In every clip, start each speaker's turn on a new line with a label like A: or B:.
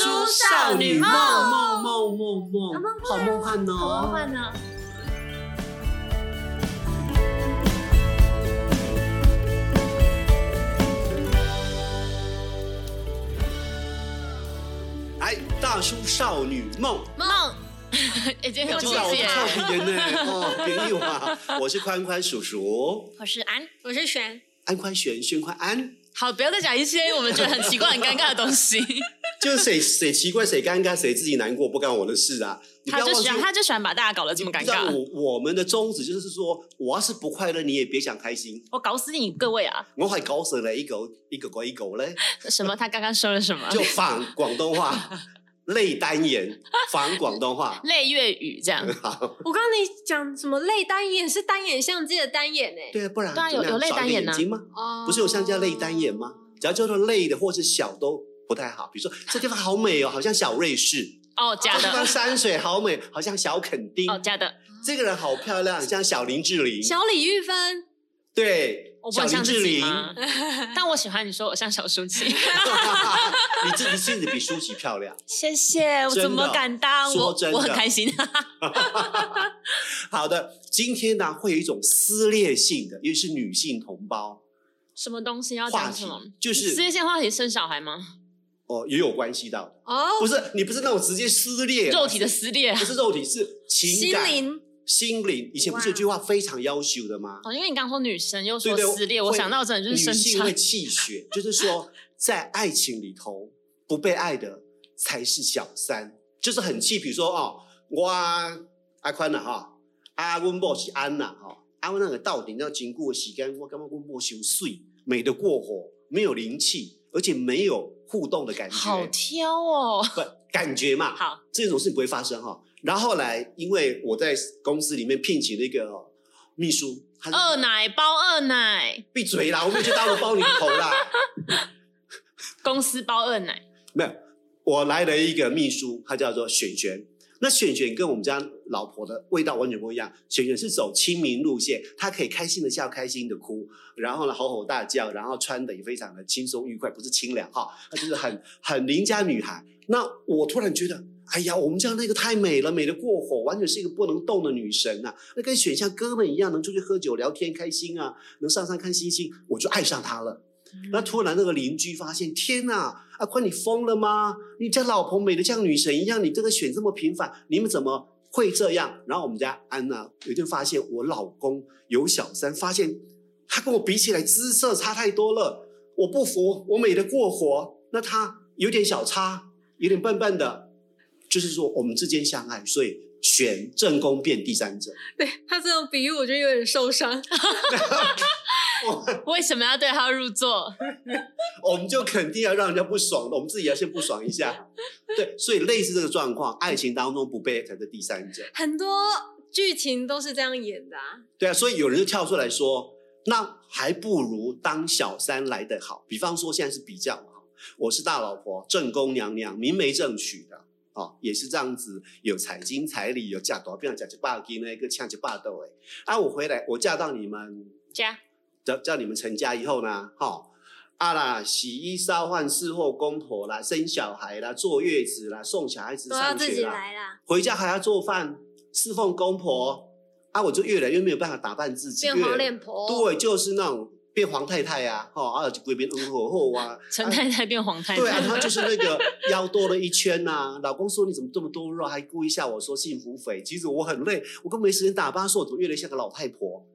A: 少女梦
B: 梦梦梦
A: 啊
B: 梦
A: 梦，
B: 好梦幻哦！
A: 好梦幻呢。
B: 哎，大叔少女梦，
C: 梦，已经哎有
B: 知
C: 记
B: 道我
C: 忆
B: 的
C: 耶。
B: 俏皮人呢。哦，别友啊，我是宽宽叔叔，
C: 我是安，
D: 我是璇，
B: 安宽玄，玄宽安。
C: 好，不要再讲一些我们觉得很奇怪、很尴尬的东西。
B: 就是谁谁奇怪谁尴尬谁自己难过不干我的事啊！ 你不
C: 他
B: 要
C: 就
B: 忘
C: 喜
B: 记
C: 欢，，他就喜欢把大家搞得这么尴
B: 你知道
C: 尬。
B: 我我们的宗旨就是说，我要是不快乐，你也别想开心。
C: 我搞死你各位啊！
B: 我还搞死了一狗一狗狗一狗嘞，
C: 什么？他刚刚说了什么？
B: 就仿广东话，泪单眼，仿广东话。
C: 类粤语 这样。
B: 好，
D: 我刚刚你讲什么泪单眼是单眼相机的单眼欸呢、
B: 对啊，不然
C: 对啊
B: 怎么
C: 有
B: 样
C: 有泪
B: 少一
C: 单
B: 个
C: 眼
B: 眼
C: 啊
B: 睛吗？
D: 哦
B: 不是有像叫泪单眼吗？只要叫做泪的或是小都不太好。比如 说这地方好美哦，好像小瑞士；
C: 哦，假
B: 这地方
C: 的，
B: 山水好美，好像小垦丁。
C: 哦，假的，
B: 这个人好漂亮，像小林志玲。
D: 小李玉芬，
B: 对，
C: 我不
B: 小
C: 能
B: 林
C: 像
B: 志
C: 自己
B: 玲，
C: 吗？但我喜欢你说我像小舒淇，
B: 你自己甚至比舒淇漂亮。
C: 谢谢，我
B: 真的
C: 怎么敢当？
B: 说
C: 我
B: 真的
C: 我很开心，
B: 好的，今天呢会有一种撕裂性的，尤其是女性同胞
C: 什么东西要
B: 话
C: 啊讲
B: 题
C: 什么？，
B: 就
C: 事
B: 是
C: 业线话题生小孩吗？
B: 哦也有关系到的，
D: 哦，
B: 不是你不是那种直接撕裂
C: 肉体的，撕裂啊
B: 不，是肉体是情
D: 心
B: 感
D: 灵
B: 心灵。以前不是有句话非常要求的吗？
C: 哦，因为你刚说女生又说
B: 对对
C: 撕裂，
B: 会
C: 我想到真的就是
B: 女
C: 生
B: 性
C: 产
B: 会，气血，就是 说在爱情里头不被爱的才是小三，就是很气。比如说哦，我阿宽呐哈，阿温某是安呐哈，阿温那个到底要经过洗干，我干嘛温某修碎，美得过火，没有灵气，而且没有互动的感觉，
C: 好挑哦。
B: 不感觉嘛，
C: 好，
B: 这种事不会发生哈、然后后来，因为我在公司里面聘请了一个、秘书，他是
C: 二奶包二奶，
B: 闭嘴啦，我们就当我包你头啦。
C: 公司包二奶，
B: 没有，我来了一个秘书，她叫做璇璇。那璇璇跟我们家老婆的味道完全不一样。璇璇是走亲民路线，她可以开心的笑，开心的哭，然后呢吼吼大叫，然后穿的也非常的轻松愉快，不是清凉哈，她就是很很邻家女孩。那我突然觉得，哎呀，我们家那个太美了，美得过火，完全是一个不能动的女神啊！那跟选像哥们一样，能出去喝酒聊天开心啊，能上山看星星，我就爱上她了。那突然那个邻居发现，天呐，阿宽啊你疯了吗？你家老婆美得像女神一样，你这个选这么频繁，你们怎么会这样？然后我们家安娜有一天发现我老公有小三，发现他跟我比起来姿色差太多了，我不服，我美得过火，那他有点小差，有点笨笨的，就是说我们之间相爱，所以选正宫变第三者。
D: 对他这种比喻，我觉得有点受伤。
C: 为什么要对号入座？
B: 我们就肯定要让人家不爽的，我们自己要先不爽一下。对，所以类似这个状况，爱情当中不被爱才是第三者。
D: 很多剧情都是这样演的、啊，
B: 对啊，所以有人就跳出来说，那还不如当小三来得好。比方说现在是比较嘛，我是大老婆，正宫娘娘，明媒正娶的。哦，也是这样子，有财经彩礼，有嫁多，不要讲一霸斤那个呛一霸斗哎。啊，我回来，我嫁到你们
C: 家
B: 叫叫你们成家以后呢，哈、啊啦，洗衣烧饭、伺候公婆啦，生小孩啦，坐月子啦，送小孩子
D: 都要
B: 上
D: 自
B: 学
D: 己
B: 啦，
D: 来啦，
B: 回家还要做饭，侍奉公婆，啊，我就越来越没有办法打扮自己，
D: 变
B: 越
D: 黄脸婆。
B: 对，就是那种变黄太太呀、啊，哈、啊，就归边嗯吼吼啊，
C: 陈太太变黄太
B: 对啊，
C: 太，
B: 她就是那个腰多了一圈呐、老公说你怎么这么多肉，还故意吓我说幸福肥。其实我很累，我根本没时间打扮，说我怎么越来越像个老太婆。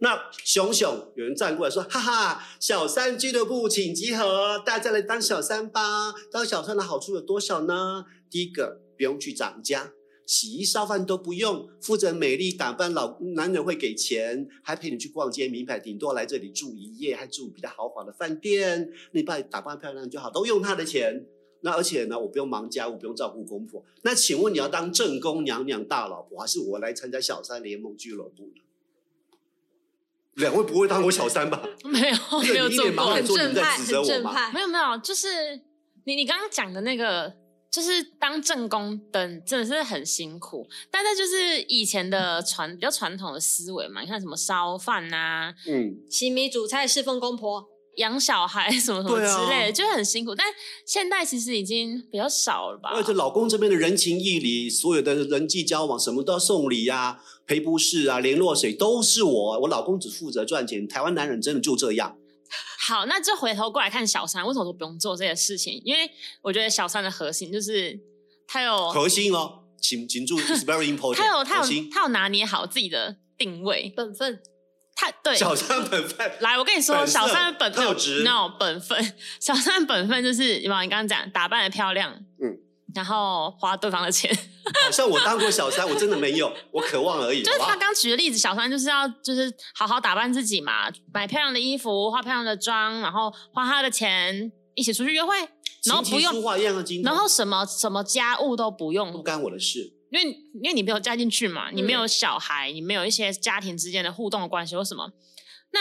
B: 那熊熊有人站过来说：“哈哈，小三俱乐部请集合，大家来当小三吧。当小三的好处有多少呢？第一个，不用去涨价，洗衣烧饭都不用，负责美丽打扮老男人会给钱，还陪你去逛街名牌，顶多来这里住一夜，还住比较豪华的饭店。你把你打扮漂亮就好，都用他的钱。那而且呢，我不用忙家务，不用照顾公婆。那请问你要当正宫娘娘大老婆，还是我来参加小三联盟俱乐部呢？两位不会当我小三吧？
C: 没有没有
B: 你一
C: 做
B: 脸茫
C: 过
B: 然
D: 很
B: 说
D: 正
B: 你在
D: 派，
B: 指
D: 很
B: 责我
D: 正
B: 吗？
D: 派。
C: 没有没有，就是你你刚刚讲的那个，就是当正宫等真的是很辛苦，但是就是以前的传比较传统的思维嘛，你看什么烧饭呐、啊
B: 嗯，
D: 洗米煮菜侍奉公婆，
C: 养小孩什么什么
B: 对啊
C: 之类的，就很辛苦。但现在其实已经比较少了吧？
B: 而且老啊公这边的人情义理，所有的人际交往，什么都要送礼啊、赔不是啊、联络谁都是我，我老公只负责赚钱。台湾男人真的就这样，
C: 好，那就回头过来看小三，为什么都不用做这些事情？因为我觉得小三的核心就是他有
B: 核心哦，请请注意，is very important，
C: 他有他
B: 核
C: 有
B: 心，哦
C: 他有拿捏好自己的定位，
D: 本分
C: 他对
B: 小三本分。
C: 来，我跟你说，
B: 本色
C: 小三的本分
B: 特质
C: no 本分，小三的本分就是，有没有你刚刚讲打扮的漂亮，
B: 嗯，
C: 然后花对方的钱，
B: 好像我当过小三，我真的没有，我渴望而已，
C: 就是
B: 好
C: 他
B: 吧？
C: 刚举的例子，小三就是要就是好好打扮自己嘛，买漂亮的衣服，化漂亮的妆，然后花他的钱，一起出去约会，然后
B: 琴棋
C: 不
B: 书
C: 用，
B: 画样样精通，
C: 然后什么什么家务都不
B: 不
C: 用，
B: 干我的事。
C: 因为因为你没有嫁进去嘛，你没
D: 嗯
C: 有小孩，你没有一些家庭之间的互动的关系或什么，那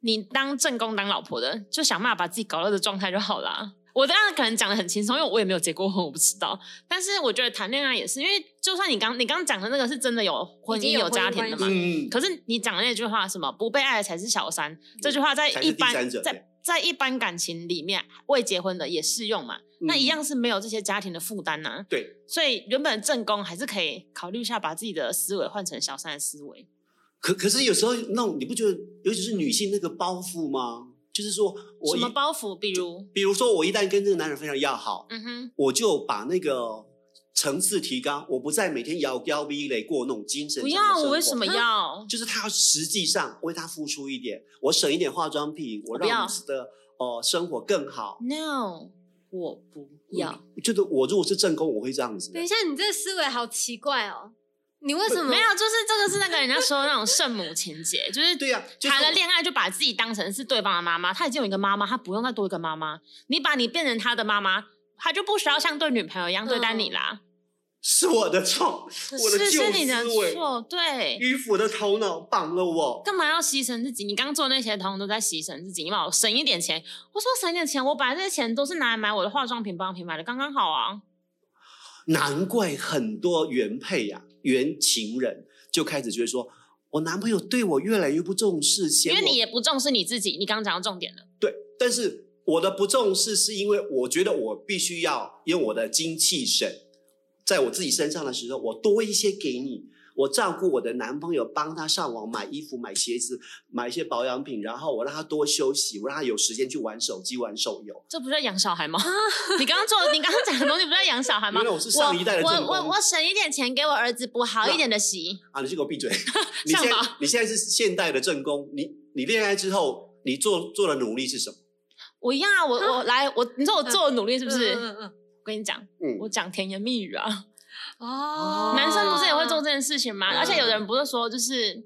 C: 你当正宫当老婆的，就想办法把自己搞到的状态就好啦。我当然可能讲的很轻松，因为我也没有结过婚，我不知道。但是我觉得谈恋爱也是，因为就算你刚你刚讲的那个是真的有婚
D: 已经
C: 姻
D: 有
C: 有家
D: 婚姻
C: 庭的
D: 关
C: 嘛，
B: 嗯，
C: 可是你讲的那句话什么不被爱的才是小
D: 嗯
C: 三，这句话在
B: 才是
C: 一
B: 第三
C: 般
B: 者
C: 在在一般感情里面未结婚的也适用嘛，
B: 嗯
C: 那一样是没有这些家庭的负担呐、
B: 对。
C: 所以原本正宫还是可以考虑一下，把自己的思维换成小三的思维。
B: 可可是有时候那种你不觉得，尤其是女性那个包袱吗？就是说我
C: 什
B: 一
C: 么包袱？比如，
B: 比如说我一旦跟这个男人非常要好，
C: 嗯哼，
B: 我就把那个层次提高，我不再每天摇腰逼嘞过那种精神
C: 不
B: 上的
C: 要，
B: 生
C: 我为
B: 活啊
C: 什么要？
B: 就是他要实际上为他付出一点，我省一点化妆品，我
C: 不要
B: 让我们的呃生活更好。
C: No，我 不要。
B: 就是我如果是正宫，我会这样子。
D: 等一下，你这思维好奇怪哦！你为什么
C: 没有，就是这个是那个人家说的那种圣母情节，就是
B: 对呀、啊就是
C: 谈了恋爱就把自己当成是对方的妈妈，他已经有一个妈妈，他不用再多一个妈妈。你把你变成他的妈妈，他就不需要像对女朋友一样对待你啦。
B: 是我的错，啊我的
C: 是
B: 旧
C: 是你的
B: 思维，
C: 错，对。
B: 迂腐的头脑绑了我。
C: 干嘛要牺牲自己？你刚做那些，通通都在牺牲自己。你帮我省一点钱，我说省一点钱，我把这些钱都是拿来买我的化妆品、保养品，买的刚刚好啊。
B: 难怪很多原配呀、原情人就开始觉得说，我男朋友对我越来越不重视，
C: 因
B: 嫌我
C: 为你也不重视你自己，你刚刚讲到重点了。
B: 对，但是我的不重视是因为我觉得我必须要用我的精气神，在我自己身上的时候，我多一些给你。我照顾我的男朋友，帮他上网买衣服、买鞋子、买一些保养品，然后我让他多休息，我让他有时间去玩手机、玩手游。
C: 这不是在养小孩吗？ 你刚刚做，你刚刚讲的东西不是在养小孩吗
B: 原？来我是上一代的
C: 啊我
B: 正
C: 我
B: 宫
C: 我省一点钱给我儿子补好一点的习，
B: 啊！你去给我闭嘴！你现在
C: 上吧
B: 你现在是现代的正宫，你你恋爱之后，你做做的努力是什么？
C: 我一样啊，我我来，我你说我做的努力
D: 是
C: 是不是？
D: 嗯嗯
C: 我跟你讲，
B: 嗯
C: 我讲甜言蜜语啊。
D: 嗯哦，
C: 男生不是也会做这件事情吗？
B: 嗯
C: 而且有人不是说，就是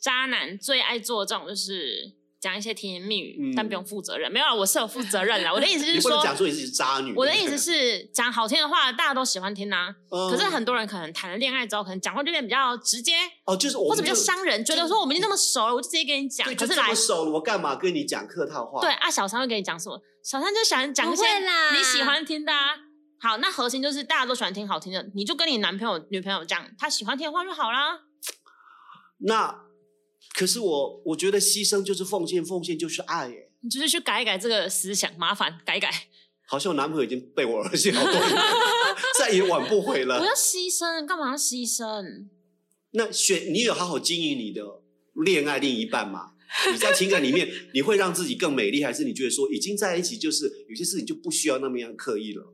C: 渣男最爱做这种，就是讲一些甜言蜜语，
B: 嗯
C: 但不用负责任。没有啦，啊我是有负责任啦。我的意思
B: 你
C: 是
B: 不能讲
C: 说，
B: 说你是渣女。
C: 我的意思是讲好听的话，大家都喜欢听呐、
B: 嗯，
C: 可是很多人可能谈了恋爱之后，可能讲话就变比较直接，
B: 哦，就是我
C: 或者
B: 们
C: 比较
B: 就
C: 伤人，觉得说我们已经这么熟了，我就直接跟你讲
B: 对，。
C: 可
B: 就是这
C: 来
B: 么，熟了，我干嘛跟你讲客套话？
C: 对，啊，小三会跟你讲什么？小三就想讲一些
D: 不会啦
C: 你喜欢听的、啊。好，那核心就是大家都喜欢听好听的，你就跟你男朋友、女朋友讲，他喜欢听的话就好啦。
B: 那可是我我觉得牺牲就是奉献，奉献就是爱欸耶。
C: 你就是去改一改这个思想，麻烦改一改，
B: 好像我男朋友已经被我儿子好 多年了，再也挽不回
C: 不
B: 了
C: 要。牺牲，干嘛要牺牲？
B: 那选你有好好经营你的恋爱另一半吗？你在情感里面，你会让自己更美丽，还是你觉得说已经在一起，就是有些事情就不需要那么样刻意了？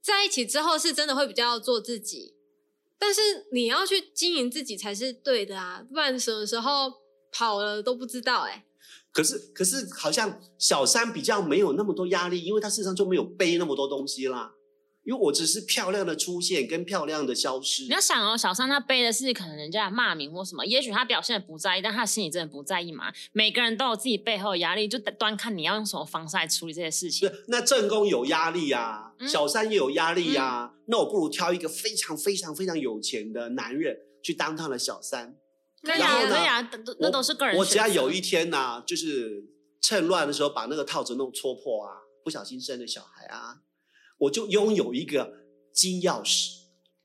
D: 在一起之后是真的会比较做自己，但是你要去经营自己才是对的啊，不然什么时候跑了都不知道哎、
B: 可是，可是好像小三比较没有那么多压力，因为他身上就没有背那么多东西啦。因为我只是漂亮的出现跟漂亮的消失。
C: 你要想哦，小三他背的是可能人家的骂名或什么，也许他表现的不在意，但他心里真的不在意嘛。每个人都有自己背后的压力，就端看你要用什么方式来处理这些事情。
B: 对，那正宫有压力呀、
C: 嗯
B: 小三也有压力呀、那我不如挑一个非常非常非常有钱的男人去当他的小三。
C: 可以
B: 然
C: 啊，
B: 后呢
C: 可以啊，都都
B: 我
C: 那都是个人选择。
B: 我只要有一天呢、就是趁乱的时候把那个套子弄戳破啊，不小心生了小孩啊，我就拥有一个金钥匙。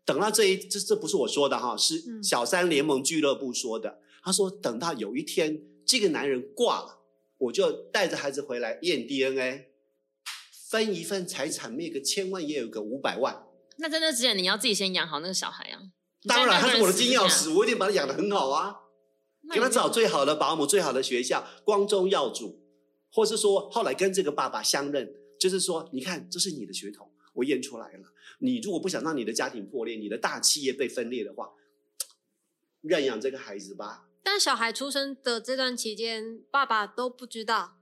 B: 等到这一这这不是我说的哈，是
D: 嗯
B: 小三联盟俱乐部说的。他说，等到有一天这个男人挂了，我就带着孩子回来验 DNA，分一份财产，灭个千万也有个五百万。
C: 那在那之前，你要自己先养好那个小孩啊。你
B: 当然，
C: 在那
B: 他
C: 个
B: 是
C: 人
B: 我的
C: 死之
B: 金钥
C: 前啊，
B: 匙，我一定把他养得很好啊。
C: 那
B: 给
C: 你
B: 他
C: 就
B: 找最好的保姆、最好的学校，光宗耀祖，或是说后来跟这个爸爸相认，就是说，你看，这是你的血统，我验出来了。你如果不想让你的家庭破裂，你的大企业被分裂的话，认养这个孩子吧。
D: 但小孩出生的这段期间，爸爸都不知道。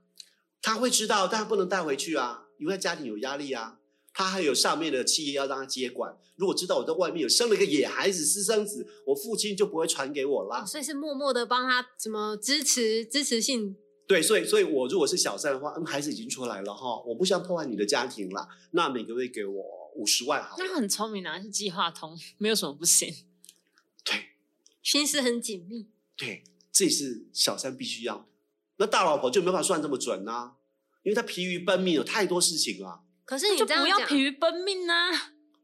B: 他会知道，但不能带回去啊，因为家庭有压力啊。他还有上面的企业要让他接管。如果知道我在外面有生了一个野孩子、私生子，我父亲就不会传给我啦。
D: 所以是默默的帮他怎么支持支持性，
B: 对，所以所以，我如果是小三的话，嗯，孩子已经出来了哈，我不想破坏你的家庭啦。那每个月给我五十万好了，
C: 那很聪明啊，是计划通，没有什么不行。
B: 对
D: 心思很紧密。
B: 对，这是小三必须要的。那大老婆就没办法算这么准呐、因为她疲于奔命，有太多事情啊。
D: 可是你
C: 就
D: 这样
C: 不要
D: 讲，
C: 疲于奔命啊！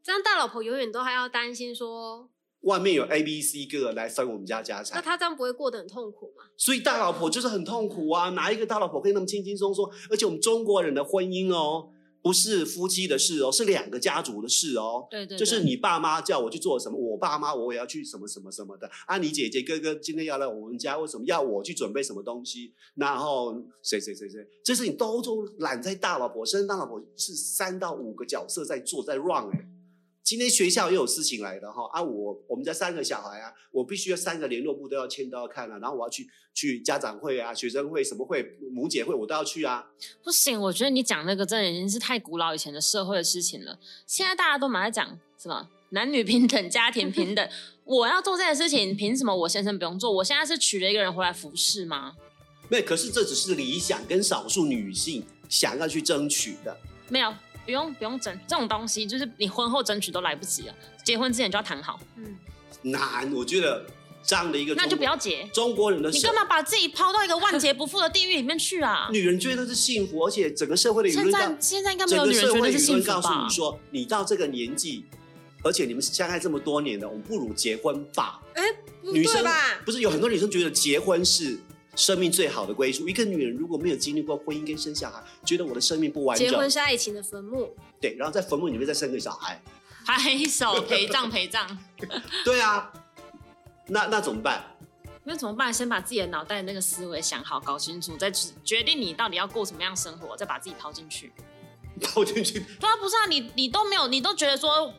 D: 这样大老婆永远都还要担心说，
B: 外面有 A、B、C 个来分我们家家
D: 那
B: 产，
D: 她这样不会过得很痛苦吗？
B: 所以大老婆就是很痛苦啊。哪一个大老婆可以那么轻轻松松？而且我们中国人的婚姻哦，不是夫妻的事哦，是两个家族的事哦。
C: 对对
B: 就是你爸妈叫我去做什么，我爸妈我也要去什么什么什么的。啊，你姐姐哥哥今天要来我们家，为什么要我去准备什么东西？然后谁谁谁谁，这事情都都揽在大老婆身上。大老婆是三到五个角色在做在 run 哎、今天学校也有事情来的哈啊，我我们家三个小孩啊，我必须要三个联络部都要签都要看啊，然后我要去去家长会啊、学生会什么会、母姐会我都要去啊。
C: 不行，我觉得你讲那个真的已经是太古老以前的社会的事情了。现在大家都马上讲什么男女平等、家庭 平等，我要做这件事情，凭什么我先生不用做？我现在是娶了一个人回来服侍吗？
B: 那可是这只是理想跟少数女性想要去争取的。
C: 没有，不用不用争，这种东西就是你婚后争取都来不及了，结婚之前就要谈好，
D: 嗯，
B: 难，我觉得这样的一个中
C: 那就不要结。
B: 中国人的
C: 你
B: 社
C: 干嘛把自己抛到一个万劫不复的地狱里面去啊？
B: 女人觉得是幸福，而且整个社会的舆
C: 现
B: 论
C: 在
B: 告
C: 现在应该没
B: 整
C: 有
B: 个
C: 女人
B: 社
C: 觉
B: 会
C: 得是
B: 舆
C: 幸
B: 论
C: 福
B: 告诉
C: 吧
B: 你？说，你到这个年纪，而且你们相爱这么多年了，我们不如结婚吧。
D: 不
B: 女生
D: 对吧？
B: 不是有很多女生觉得结婚是生命最好的归宿。一个女人如果没有经历过婚姻跟生小孩，觉得我的生命不完
D: 结婚
B: 整，
D: 是爱情的坟墓，
B: 对，然后在坟墓里面再生个小孩，
C: 拍手陪葬陪葬，
B: 对啊，那那怎么办？
C: 那怎么办？先把自己的脑袋那个思维想好，搞清楚，再决决定你到底要过什么样生活，再把自己抛进去。
B: 倒进去
C: 对啊，不是啊，你你都没有，你都觉得说。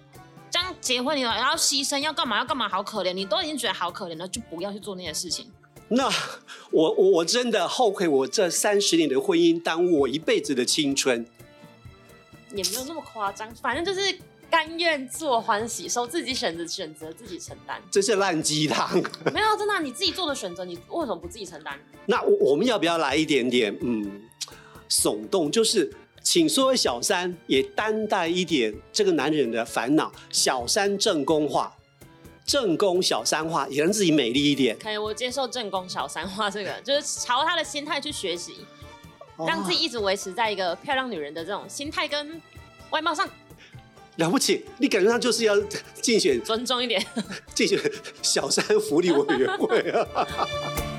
C: 这样结婚，你要牺牲，要干嘛？要干嘛？好可怜！你都已经觉得好可怜了，就不要去做那些事情。
B: 那我我我真的后悔，我这三十年的婚姻耽误我一辈子的青春。。
A: 也没有那么夸张，反正就是甘愿做欢喜受，自己选择选择自己承 担
B: 这是烂鸡汤。
A: 没有，真的啊、你自己做的选择，你为什么不自己承担？
B: 那我我们要不要来一点点嗯耸动？就是请所有小三也担待一点这个男人的烦恼，小三正宫化，正宫小三化，也让自己美丽一点，
A: 可能我接受正宫小三化这个，就是朝他的心态去学习，让自己
B: 哦、
A: 一直维持在一个漂亮女人的这种心态跟外貌上
B: 了不起。你感觉上就是要竞选
A: 尊重一点。
B: 竞选小三福利委员会啊。